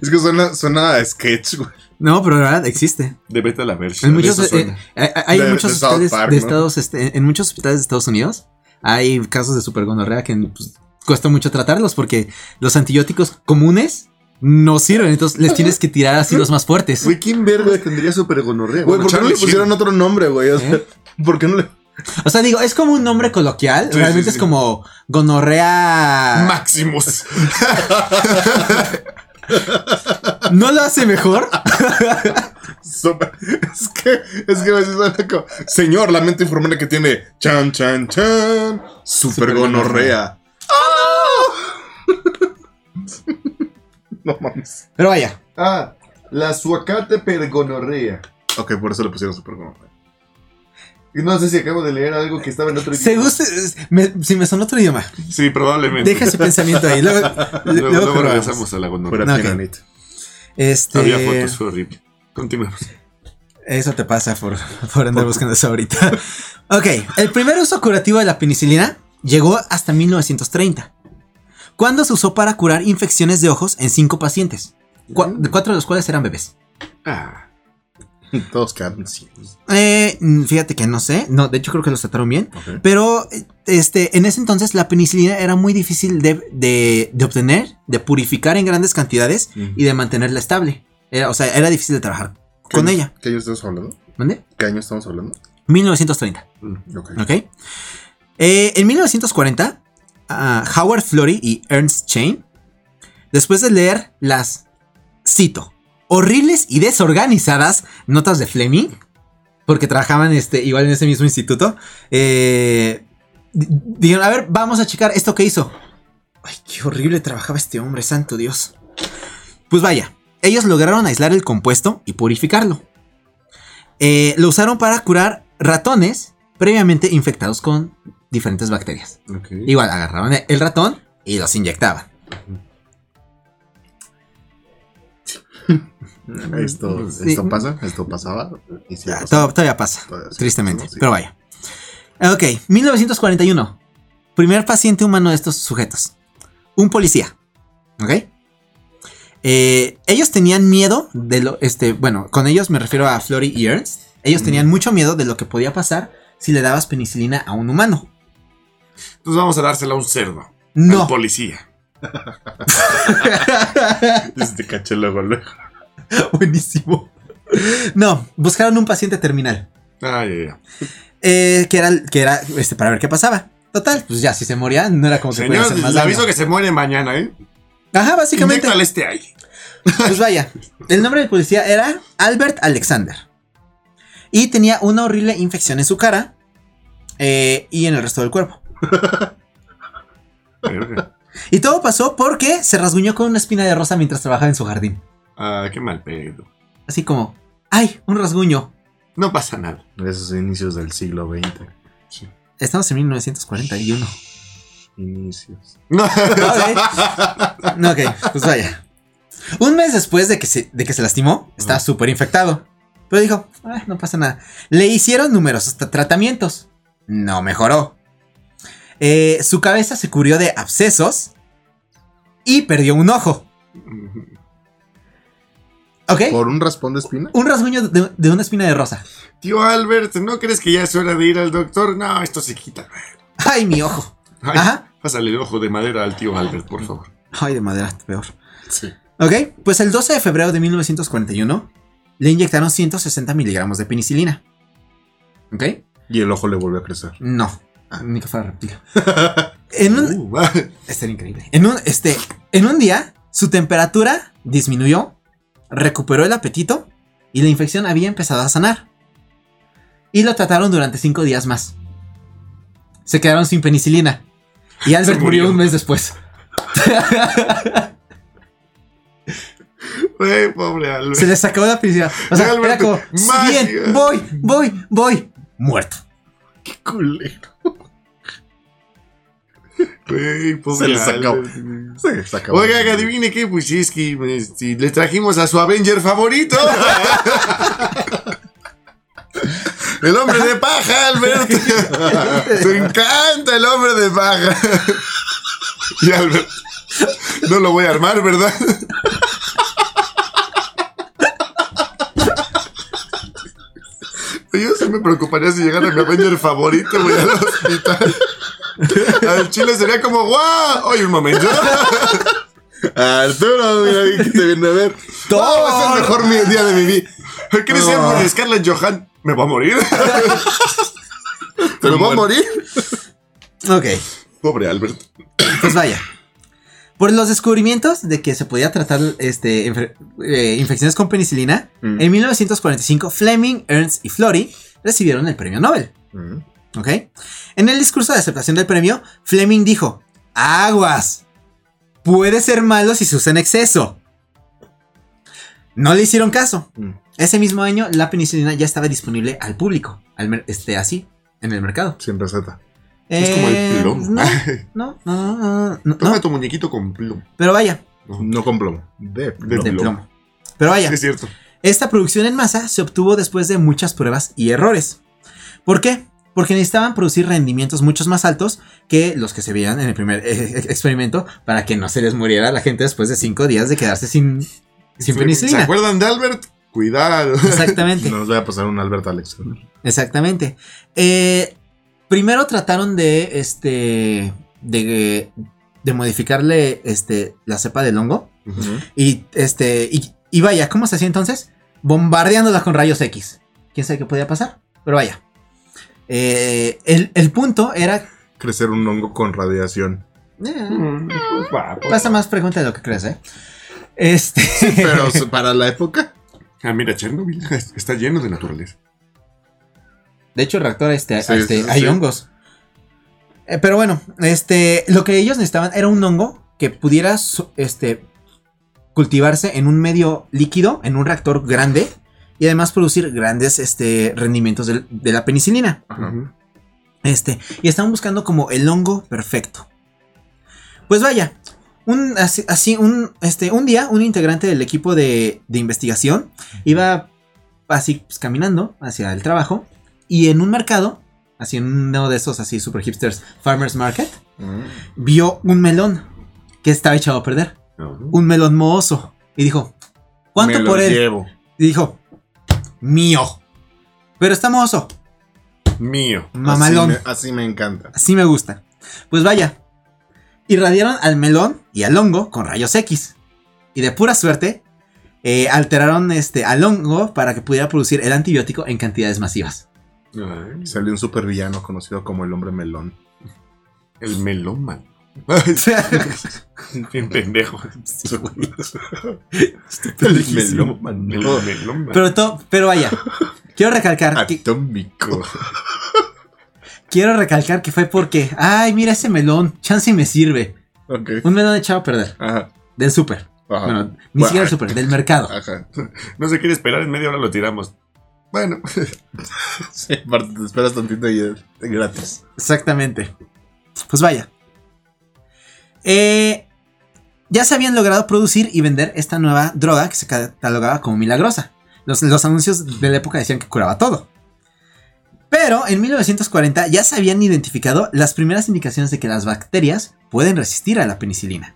S4: Es que suena, suena a sketch, güey.
S2: No, pero la verdad existe.
S3: De vete a la verga.
S2: En muchos,
S3: Eso
S2: eh,
S3: suena.
S2: hay hay
S4: De-
S2: muchos
S4: de South
S2: hospitales
S4: Park,
S2: de
S4: ¿no?
S2: Estados, este, en muchos hospitales de Estados Unidos hay casos de supergonorrea que pues, cuesta mucho tratarlos porque los antibióticos comunes no sirven, entonces les tienes que tirar ácidos más fuertes.
S3: Güey, ¿quién verga tendría super gonorrea?
S4: Güey,
S3: Bueno,
S4: ¿por qué no le
S3: Charlie
S4: pusieron otro nombre, güey? O sea,
S2: ¿Eh?
S4: ¿Por qué no le.?
S2: O sea, digo, es como un nombre coloquial,
S4: Sí,
S2: realmente
S4: sí,
S2: es
S4: sí.
S2: como
S3: Sheen.
S2: gonorrea.
S3: [laughs] Maximus.
S2: ¿No lo hace mejor?
S4: Super- [laughs] Es que, es que a veces suena como, señor, lamento informarle que tiene chan, chan, chan, super gonorrea. [laughs] no mames.
S2: Pero vaya,
S3: Ah, la suacate pergonorrea.
S4: Ok, por eso le pusieron super gonorrea.
S3: No sé si acabo de leer algo que estaba en otro
S2: se gusta, es- me- si me sonó otro idioma,
S3: Sí, probablemente.
S2: deja ese pensamiento ahí. Luego,
S3: Luego,
S2: luego
S3: luego
S2: corrobamos.
S3: regresamos a la
S4: Fuera
S3: gonorrea.
S2: No, ok.
S4: Tiranit.
S2: Este,
S3: Había fotos, fue horrible. Continuamos.
S2: Eso te pasa por, por andar buscando eso ahorita. [laughs] Ok, el primer uso curativo de la penicilina llegó hasta 1930, cuando se usó para curar infecciones de ojos en cinco pacientes, cua- de cuatro de los cuales eran bebés.
S3: Ah.
S4: [laughs] Todos quedaron ciegos.
S2: Eh, mm, fíjate que no sé. No, de hecho creo que los trataron bien.
S4: Ok.
S2: Pero eh, este, en ese entonces la penicilina era muy difícil de, de- de obtener, de purificar en grandes cantidades
S4: Ujú.
S2: y de mantenerla estable. Era, o sea, era difícil de trabajar
S4: ¿Qué
S2: con
S4: año-
S2: ella.
S4: ¿Qué año estamos hablando?
S2: ¿Mande?
S4: ¿Qué año estamos hablando?
S2: 1930.
S3: Mm.
S4: Ok.
S2: ¿Ok? Eh, en 1940, ah, Howard Florey y Ernst Chain, después de leer las, cito, horribles y desorganizadas notas de Fleming, porque trabajaban este, igual en ese mismo instituto, eh, di- dijeron, a ver, vamos a checar esto que hizo. Ay, qué horrible trabajaba este hombre, santo Dios. Pues vaya, ellos lograron aislar el compuesto y purificarlo. Eh, lo usaron para curar ratones previamente infectados con diferentes bacterias.
S4: Ok.
S2: Igual agarraban el ratón y los inyectaban.
S4: Esto,
S2: Sí.
S4: esto pasa, esto pasaba. Y sí,
S2: Ah,
S4: pasó.
S2: to- todavía pasa,
S4: Todavía sí,
S2: tristemente,
S4: ¿no? Sí.
S2: pero vaya. Ok, 1941. Primer paciente humano de estos sujetos. Un policía. ¿Ok? Eh, ellos tenían miedo de lo... Este, bueno, con ellos me refiero a Flory y Ernst.
S4: Mm.
S2: Ellos tenían mucho miedo de lo que podía pasar si le dabas penicilina a un humano.
S3: Entonces vamos a dársela a un cerdo.
S2: No.
S3: Al policía.
S2: [laughs]
S4: Este caché luego, luego.
S2: Buenísimo. No, buscaron un paciente terminal.
S3: Ah, ya, ya.
S2: eh, que era, que era este, para ver qué pasaba. Total, pues ya, si se moría, no era como que pudiera
S3: Señor,
S2: hacer más
S3: le
S2: daño.
S3: aviso que se muere mañana, ¿eh?
S2: Ajá, básicamente.
S3: Inyéctale este ahí.
S2: Pues vaya, el nombre del policía era Albert Alexander. Y tenía una horrible infección en su cara eh, y en el resto del cuerpo.
S3: Verga.
S2: Y todo pasó porque se rasguñó con una espina de rosa mientras trabajaba en su jardín.
S3: Ah, qué mal pedo.
S2: Así como, ¡ay! Un rasguño.
S3: No pasa nada.
S4: Esos inicios del siglo XX.
S2: Estamos en 1941.
S4: Inicios.
S3: No.
S2: Ok. No, ok, pues vaya. Un mes después de que se, de que se lastimó, estaba súper infectado. Pero dijo, "Ah, no pasa nada. Le hicieron numerosos tra- tratamientos. No mejoró. Eh, su cabeza se cubrió de abscesos y perdió un ojo. ¿Ok?
S3: Eh.
S4: ¿Por un raspón de espina?
S2: Un rasguño de, de una espina de rosa.
S3: Tío Albert, ¿no crees que ya es hora de ir al doctor? No, esto se quita.
S2: ¡Ay, mi ojo!
S3: Ay,
S2: Ajá.
S3: Pásale el ojo de madera al tío Albert, por favor.
S2: Ay, de madera, peor.
S4: Sí.
S2: Ok, pues el 12 de febrero de 1941 le inyectaron 160 miligramos de penicilina. ¿Ok?
S4: Y el ojo le volvió a
S3: [laughs]
S4: crecer.
S2: No.
S4: Ah.
S2: Ni que fuera reptil. En un,
S3: Uh, ah,
S2: este era increíble. En un, este, en un día, su temperatura disminuyó, recuperó el apetito y la infección había empezado a sanar. Y lo trataron durante cinco días más. Se quedaron sin penicilina. Y Albert murió.
S3: murió.
S2: un mes después.
S3: güey, pobre Albert.
S2: Se les acabó la penicilina. O sea,
S3: Albert,
S2: era como,
S3: magia. Oh,
S2: bien, voy, voy, voy. Muerto.
S4: ¡Qué culero!
S3: Güey,
S4: Se
S3: pobre
S4: les acabó.
S3: Albert.
S4: Se les acabó.
S3: Oiga, que adivine qué, pues sí, es que este, le trajimos a su Avenger favorito. El hombre de paja, [laughs] Albert. Te encanta el hombre de paja. [laughs] Y Albert, no lo voy a armar, ¿verdad? Yo sí me preocuparía si llegara mi Avenger favorito, güey, al hospital. Al chile sería como, guau, oye, un momento. [laughs]
S4: Arturo, mira que te viene a ver.
S3: ¡Oh, va a ser el mejor mi- día de mi vida! ¿Crees que por Scarlett Johan? ¿Me va a morir? [laughs]
S4: ¿Te
S3: ¿Me va a morir?
S2: Ok.
S3: Pobre Albert.
S2: Pues vaya. Por los descubrimientos de que se podía tratar este, enfer- eh, infecciones con penicilina,
S4: Mm.
S2: en 1945 Fleming, Ernst y Flory recibieron el premio Nobel.
S4: Mm.
S2: ¿Ok? En el discurso de aceptación del premio, Fleming dijo: Aguas, puede ser malo si se usa en exceso. No le hicieron caso.
S4: Mm.
S2: Ese mismo año, la penicilina ya estaba disponible al público, al mer- este, así, en el mercado.
S4: Sin receta.
S3: Es como el
S2: Eh,
S3: plomo.
S2: No,
S3: [laughs]
S2: no, no, no, no,
S3: Toma
S2: no.
S3: tu muñequito con plomo.
S2: Pero vaya,
S4: Ah. No con plomo. De plomo.
S2: de plomo. Pero vaya,
S3: Es cierto.
S2: esta producción en masa se obtuvo después de muchas pruebas y errores. ¿Por qué? Porque necesitaban producir rendimientos muchos más altos que los que se veían en el primer eh, [laughs] eh, experimento para que no se les muriera la gente después de cinco días de quedarse sin, sin
S3: ¿Se
S2: penicilina.
S3: acuerdan de Albert? Cuidado. [laughs]
S2: Exactamente.
S4: No nos voy a pasar un Albert Alexander.
S2: Exactamente. Eh, primero trataron de este. de. de modificarle este. la cepa del hongo. Y este. Y, y vaya, ¿cómo se hacía entonces? Bombardeándolas con rayos X. Quién sabe qué podía pasar. Pero vaya. Eh, el, el punto era.
S4: Crecer un hongo
S2: [laughs]
S4: con radiación.
S2: eh,
S3: Mm, pues va, pues.
S2: pasa más preguntas de lo que crees, ¿eh? Este.
S4: Pero s- para la época.
S3: Ah, mira, Chernobyl [laughs] está lleno de naturaleza.
S2: De hecho, el reactor este,
S4: Sí,
S2: este,
S4: sí,
S2: hay
S4: sí.
S2: hongos. Eh, pero bueno, este, lo que ellos necesitaban era un hongo que pudiera so- este, cultivarse en un medio líquido, en un reactor grande, y además producir grandes este, rendimientos del- de la penicilina.
S3: Ujú.
S2: Este, y estaban buscando como el hongo perfecto. Pues vaya, un, así, así un, este, un día un integrante del equipo de, de investigación iba así pues, caminando hacia el trabajo y en un mercado, así en uno de esos así super hipsters, Farmer's Market,
S4: Mm.
S2: vio un melón que estaba echado a perder,
S3: Ujú.
S2: un melón mohoso, y dijo, ¿cuánto
S4: Me lo
S2: por él?
S4: llevo.
S2: Y dijo, mío, pero está mohoso,
S3: Mío.
S2: mamalón.
S4: Así me, así me encanta.
S2: Sí me gusta. Pues vaya. Irradiaron al melón y al hongo con rayos X. Y de pura suerte, eh, alteraron este, al hongo para que pudiera producir el antibiótico en cantidades masivas.
S3: Ay,
S4: Salió un supervillano conocido como el hombre melón.
S3: El melómano. [laughs] Bien pendejo.
S2: Sí, güey.
S4: El
S3: Melómano. [laughs] El
S4: melón.
S3: melómano.
S2: pero, to- pero vaya, quiero recalcar, Ah, que,
S4: Atómico.
S3: Oh.
S2: quiero recalcar que fue porque, ay, mira ese melón, chance y me sirve.
S4: [laughs] Ok.
S2: Un melón echado a perder,
S4: Ajá.
S2: del súper.
S4: Ajá.
S2: Bueno, ni
S4: Ah, Bueno,
S2: siquiera del súper, del mercado.
S4: [laughs] Ajá.
S3: No se quiere esperar, en media hora lo tiramos. Bueno,
S4: Sí, aparte te esperas tantito y es gratis.
S2: Exactamente. Pues vaya. Eh, ya se habían logrado producir y vender esta nueva droga que se catalogaba como milagrosa. Los, los anuncios de la época decían que curaba todo. Pero en 1940 ya se habían identificado las primeras indicaciones de que las bacterias pueden resistir a la penicilina.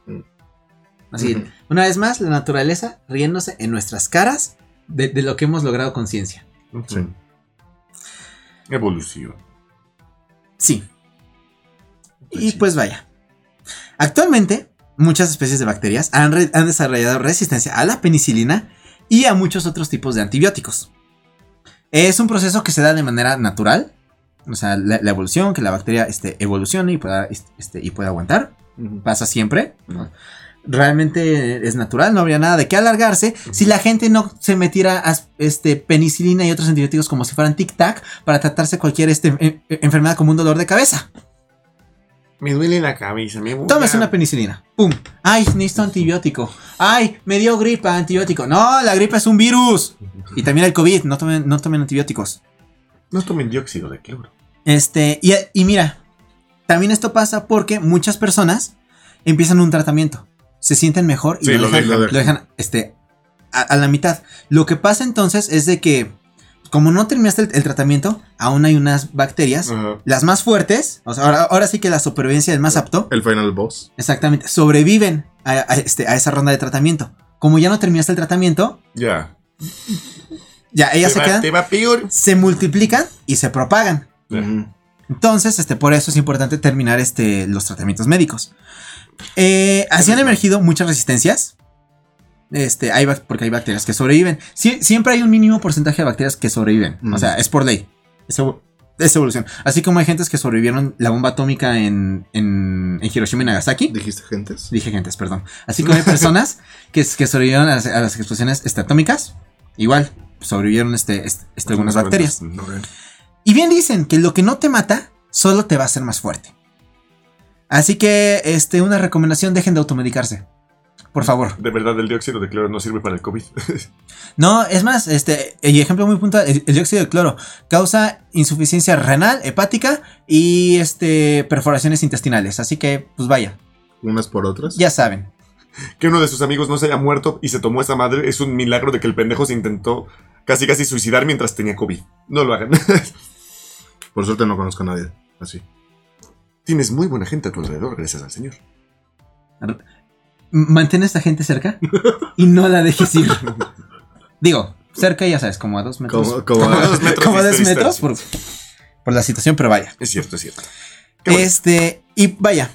S2: Así,
S4: Ujú.
S2: una vez más, la naturaleza riéndose en nuestras caras de, de lo que hemos logrado con ciencia.
S4: Sí.
S3: Mm. evolución.
S2: Sí, Y pues vaya. Actualmente, muchas especies de bacterias han, re- han desarrollado resistencia a la penicilina y a muchos otros tipos de antibióticos. Es un proceso que se da de manera natural, o sea, la, la evolución, que la bacteria este, evolucione y pueda, este, y pueda aguantar
S4: Ujú.
S2: pasa siempre. Realmente es natural, no habría nada de qué alargarse si la gente no se metiera a, este, penicilina y otros antibióticos como si fueran tic-tac para tratarse cualquier este, en- en- enfermedad como un dolor de cabeza.
S3: Me duele la cabeza, me voy
S2: Tomas
S3: a-
S2: una penicilina. ¡Pum! ¡Ay, necesito antibiótico! ¡Ay, me dio gripa, antibiótico! No, la gripa es un virus. Y también el COVID, no tomen, no tomen antibióticos.
S3: No tomen dióxido de cloro.
S2: Este, y, y mira, también esto pasa porque muchas personas empiezan un tratamiento, se sienten mejor y
S3: Sí,
S2: lo,
S3: lo
S2: dejan,
S4: dejan, lo
S2: lo dejan, este, a, a la mitad. Lo que pasa entonces es de que, como no terminaste el, el tratamiento, aún hay unas bacterias,
S4: Mm.
S3: Ajá.
S2: las más fuertes, o sea, ahora, ahora sí que la supervivencia del más apto,
S4: El final boss.
S2: Exactamente, sobreviven a, a este, a esa ronda de tratamiento. Como ya no terminaste el tratamiento,
S3: Ya.
S2: ya ellas
S3: te,
S2: se
S3: va,
S2: quedan,
S3: te va peor.
S2: se multiplican y se propagan.
S3: Ya.
S4: Ujú.
S2: Entonces, este, por eso es importante terminar este, los tratamientos médicos. Eh, así han emergido muchas resistencias. Este, hay bac- porque hay bacterias que sobreviven. Sie- siempre hay un mínimo porcentaje de bacterias que sobreviven. O
S4: Mm.
S2: sea, es por ley. Es, evo- es evolución. Así como hay gentes que sobrevivieron la bomba atómica en, en- en Hiroshima y Nagasaki.
S4: ¿Dijiste gentes?
S2: Dije gentes, perdón. Así como hay personas que, que sobrevivieron a las, a las explosiones este, atómicas, igual sobrevivieron este, este- este, algunas bacterias.
S3: No,
S2: Y bien dicen que lo que no te mata, solo te va a hacer más fuerte. Así que, este, una recomendación, dejen de automedicarse. Por favor.
S3: De verdad, el dióxido de cloro no sirve para el COVID.
S2: No, es más, este, el ejemplo muy puntual, el, el dióxido de cloro causa insuficiencia renal, hepática y, este, perforaciones intestinales. Así que, pues vaya,
S4: Unas por otras.
S2: ya saben.
S3: que uno de sus amigos no se haya muerto y se tomó esa madre es un milagro de que el pendejo se intentó casi casi suicidar mientras tenía COVID. No lo hagan. [laughs]
S4: Por suerte no conozco a nadie. Así.
S3: Tienes muy buena gente a tu alrededor, gracias al Señor.
S2: mantén a esta gente cerca y no la dejes ir. Digo, cerca, ya sabes, como a dos metros.
S4: Como,
S2: [laughs]
S4: como-
S3: Como dos metros.
S2: como a
S3: de
S2: dos
S3: distancia.
S2: metros por, por la situación, pero vaya.
S3: Es cierto, es cierto. Qué bueno.
S2: Este, y vaya.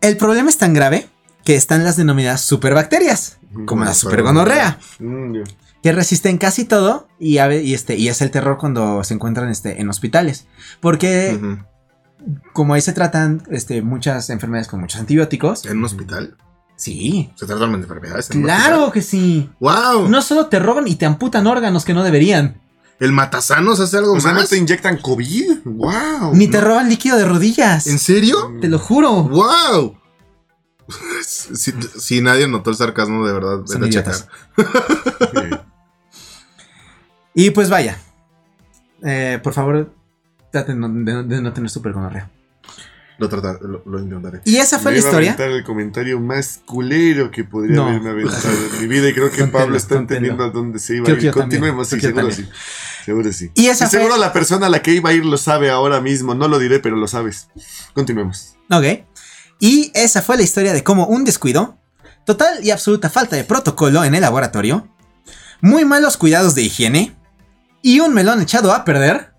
S2: El problema es tan grave que están las denominadas superbacterias, como la
S4: la
S2: supergonorrea,
S3: Mm, Dios.
S2: que resisten casi todo y, a ve- y este, y es el terror cuando se encuentran este, en hospitales. Porque
S4: Ujú.
S2: como ahí se tratan este, muchas enfermedades con muchos antibióticos.
S4: ¿En un hospital?
S2: Sí,
S4: ¿Se tratan de enfermedades? en un hospital?
S2: claro que sí. [laughs]
S4: ¡Wow!
S2: No solo te roban y te amputan órganos que no deberían,
S4: ¿El matasanos hace algo
S3: O sea, ¿no
S4: más?
S3: te inyectan COVID? ¡Wow!
S2: ni te roban líquido de rodillas.
S4: ¿En serio?
S2: Te lo juro.
S4: [laughs] ¡Wow! si, si nadie notó el sarcasmo, de verdad,
S2: Son
S4: vete a
S2: idiotas.
S3: [laughs]
S4: checar.
S2: Y pues vaya. Eh, por favor, traten no- de, no- de no tener supergonorrea.
S4: Lo, tratar- lo, lo intentaré.
S2: Y esa fue
S3: Me
S2: la
S3: iba a
S2: historia.
S3: aventar el comentario más culero que podría
S2: No.
S3: haberme aventado en mi vida y creo que
S2: Contelo,
S3: Pablo está
S2: contelo.
S3: entendiendo a dónde se iba
S2: Creo
S3: a
S2: que yo
S3: ir.
S2: también,
S3: Continuemos, sí,
S2: creo que yo
S3: seguro sí. Seguro sí.
S2: Y esa
S3: Y
S2: fue.
S3: seguro la persona a la que iba a ir lo sabe ahora mismo. No lo diré, pero lo sabes. Continuemos.
S2: Ok. Y esa fue la historia de cómo un descuido, total y absoluta falta de protocolo en el laboratorio, muy malos cuidados de higiene y un melón echado a perder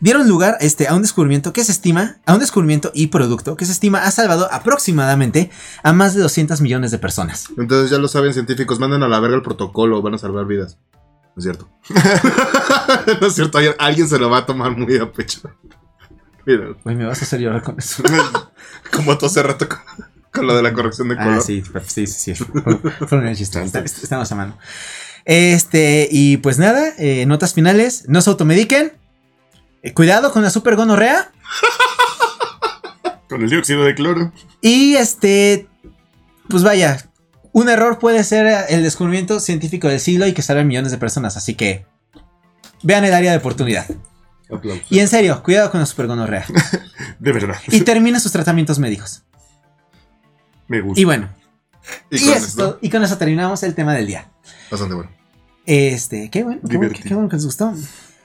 S2: dieron lugar este, a un descubrimiento que se estima, a un descubrimiento y producto que se estima ha salvado aproximadamente a más de 200 millones de personas.
S4: Entonces ya lo saben, científicos, manden a la verga el protocolo, van a salvar vidas. No es cierto. [laughs] no es cierto, alguien- alguien se lo va a tomar muy a pecho. Mira,
S2: Güey, me vas a hacer llorar con eso.
S4: como todo hace rato con, con lo de la corrección de color.
S2: Ah, sí, per- sí, sí, sí. [laughs] Fue, fue un chiste. Está- est- Estamos a mano. Este, y pues nada, eh, notas finales. No se automediquen. Eh, cuidado con la super gonorrea.
S3: Con el dióxido de cloro.
S2: Y este, pues vaya, un error puede ser el descubrimiento científico del siglo y que salve a millones de personas. Así que vean el área de oportunidad.
S3: Aplausos.
S2: Y en serio, cuidado con la super gonorrea.
S3: De verdad.
S2: [laughs] Y terminen sus tratamientos médicos.
S3: Me gusta.
S2: Y bueno, y,
S4: con
S2: esto-
S4: esto,
S2: y con eso terminamos el tema del día.
S4: Bastante bueno.
S2: Este, qué bueno, qué bueno,
S3: Divertido.
S2: qué bueno que les gustó.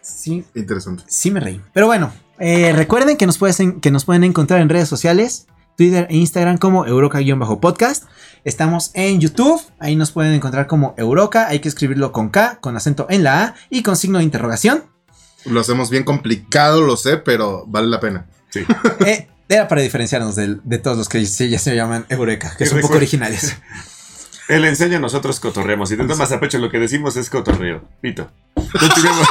S2: Sí,
S4: Interesante.
S2: Sí me reí. Pero bueno, eh, recuerden que nos, pueden, que nos pueden encontrar en redes sociales, Twitter e Instagram como Euroca-podcast. Estamos en YouTube, ahí nos pueden encontrar como Euroca, hay que escribirlo con K, con acento en la A y con signo de interrogación. [laughs]
S4: Lo hacemos bien complicado, lo sé, pero vale la pena.
S3: Sí.
S2: Eh, era para diferenciarnos del- de, todos los que se- ya se llaman Eureka, que
S3: Y
S2: son poco
S3: recuer-
S2: originales.
S3: Él enseña, nosotros cotorreamos. Si te tomas a pecho, lo que decimos es cotorreo. Pito. Continuemos.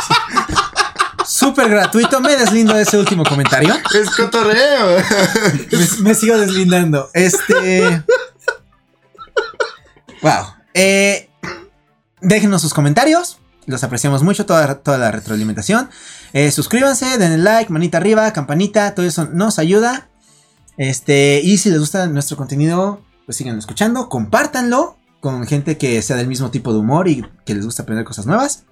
S2: Súper gratuito, me deslindo de ese último comentario.
S3: es cotorreo.
S2: me, me sigo deslindando. Este. Wow. Eh, déjenos sus comentarios. Los apreciamos mucho, toda, toda la retroalimentación. Eh, suscríbanse, denle like, manita arriba, campanita, todo eso nos ayuda. Este, y si les gusta nuestro contenido, pues sigan escuchando, compártanlo con gente que sea del mismo tipo de humor y que les gusta aprender cosas nuevas.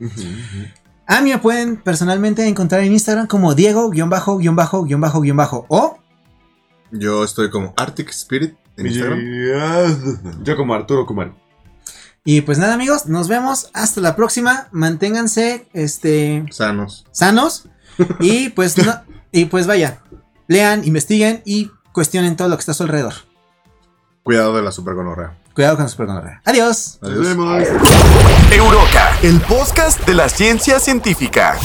S2: A mí me pueden personalmente encontrar en Instagram como Diego-bajo-bajo-bajo o
S4: Yo estoy como Arctic Spirit [laughs] en Instagram.
S3: Yo como Arturo Kumar.
S2: Y pues nada, amigos, nos vemos hasta la próxima. Manténganse este
S4: Sanos.
S2: sanos y pues no- y pues vaya, lean, investiguen y cuestionen todo lo que está a su alrededor.
S4: Cuidado de la supergonorrea.
S2: Cuidado con su gonorrea. Adiós.
S4: Adiós.
S1: Euroca, el podcast de la ciencia científica.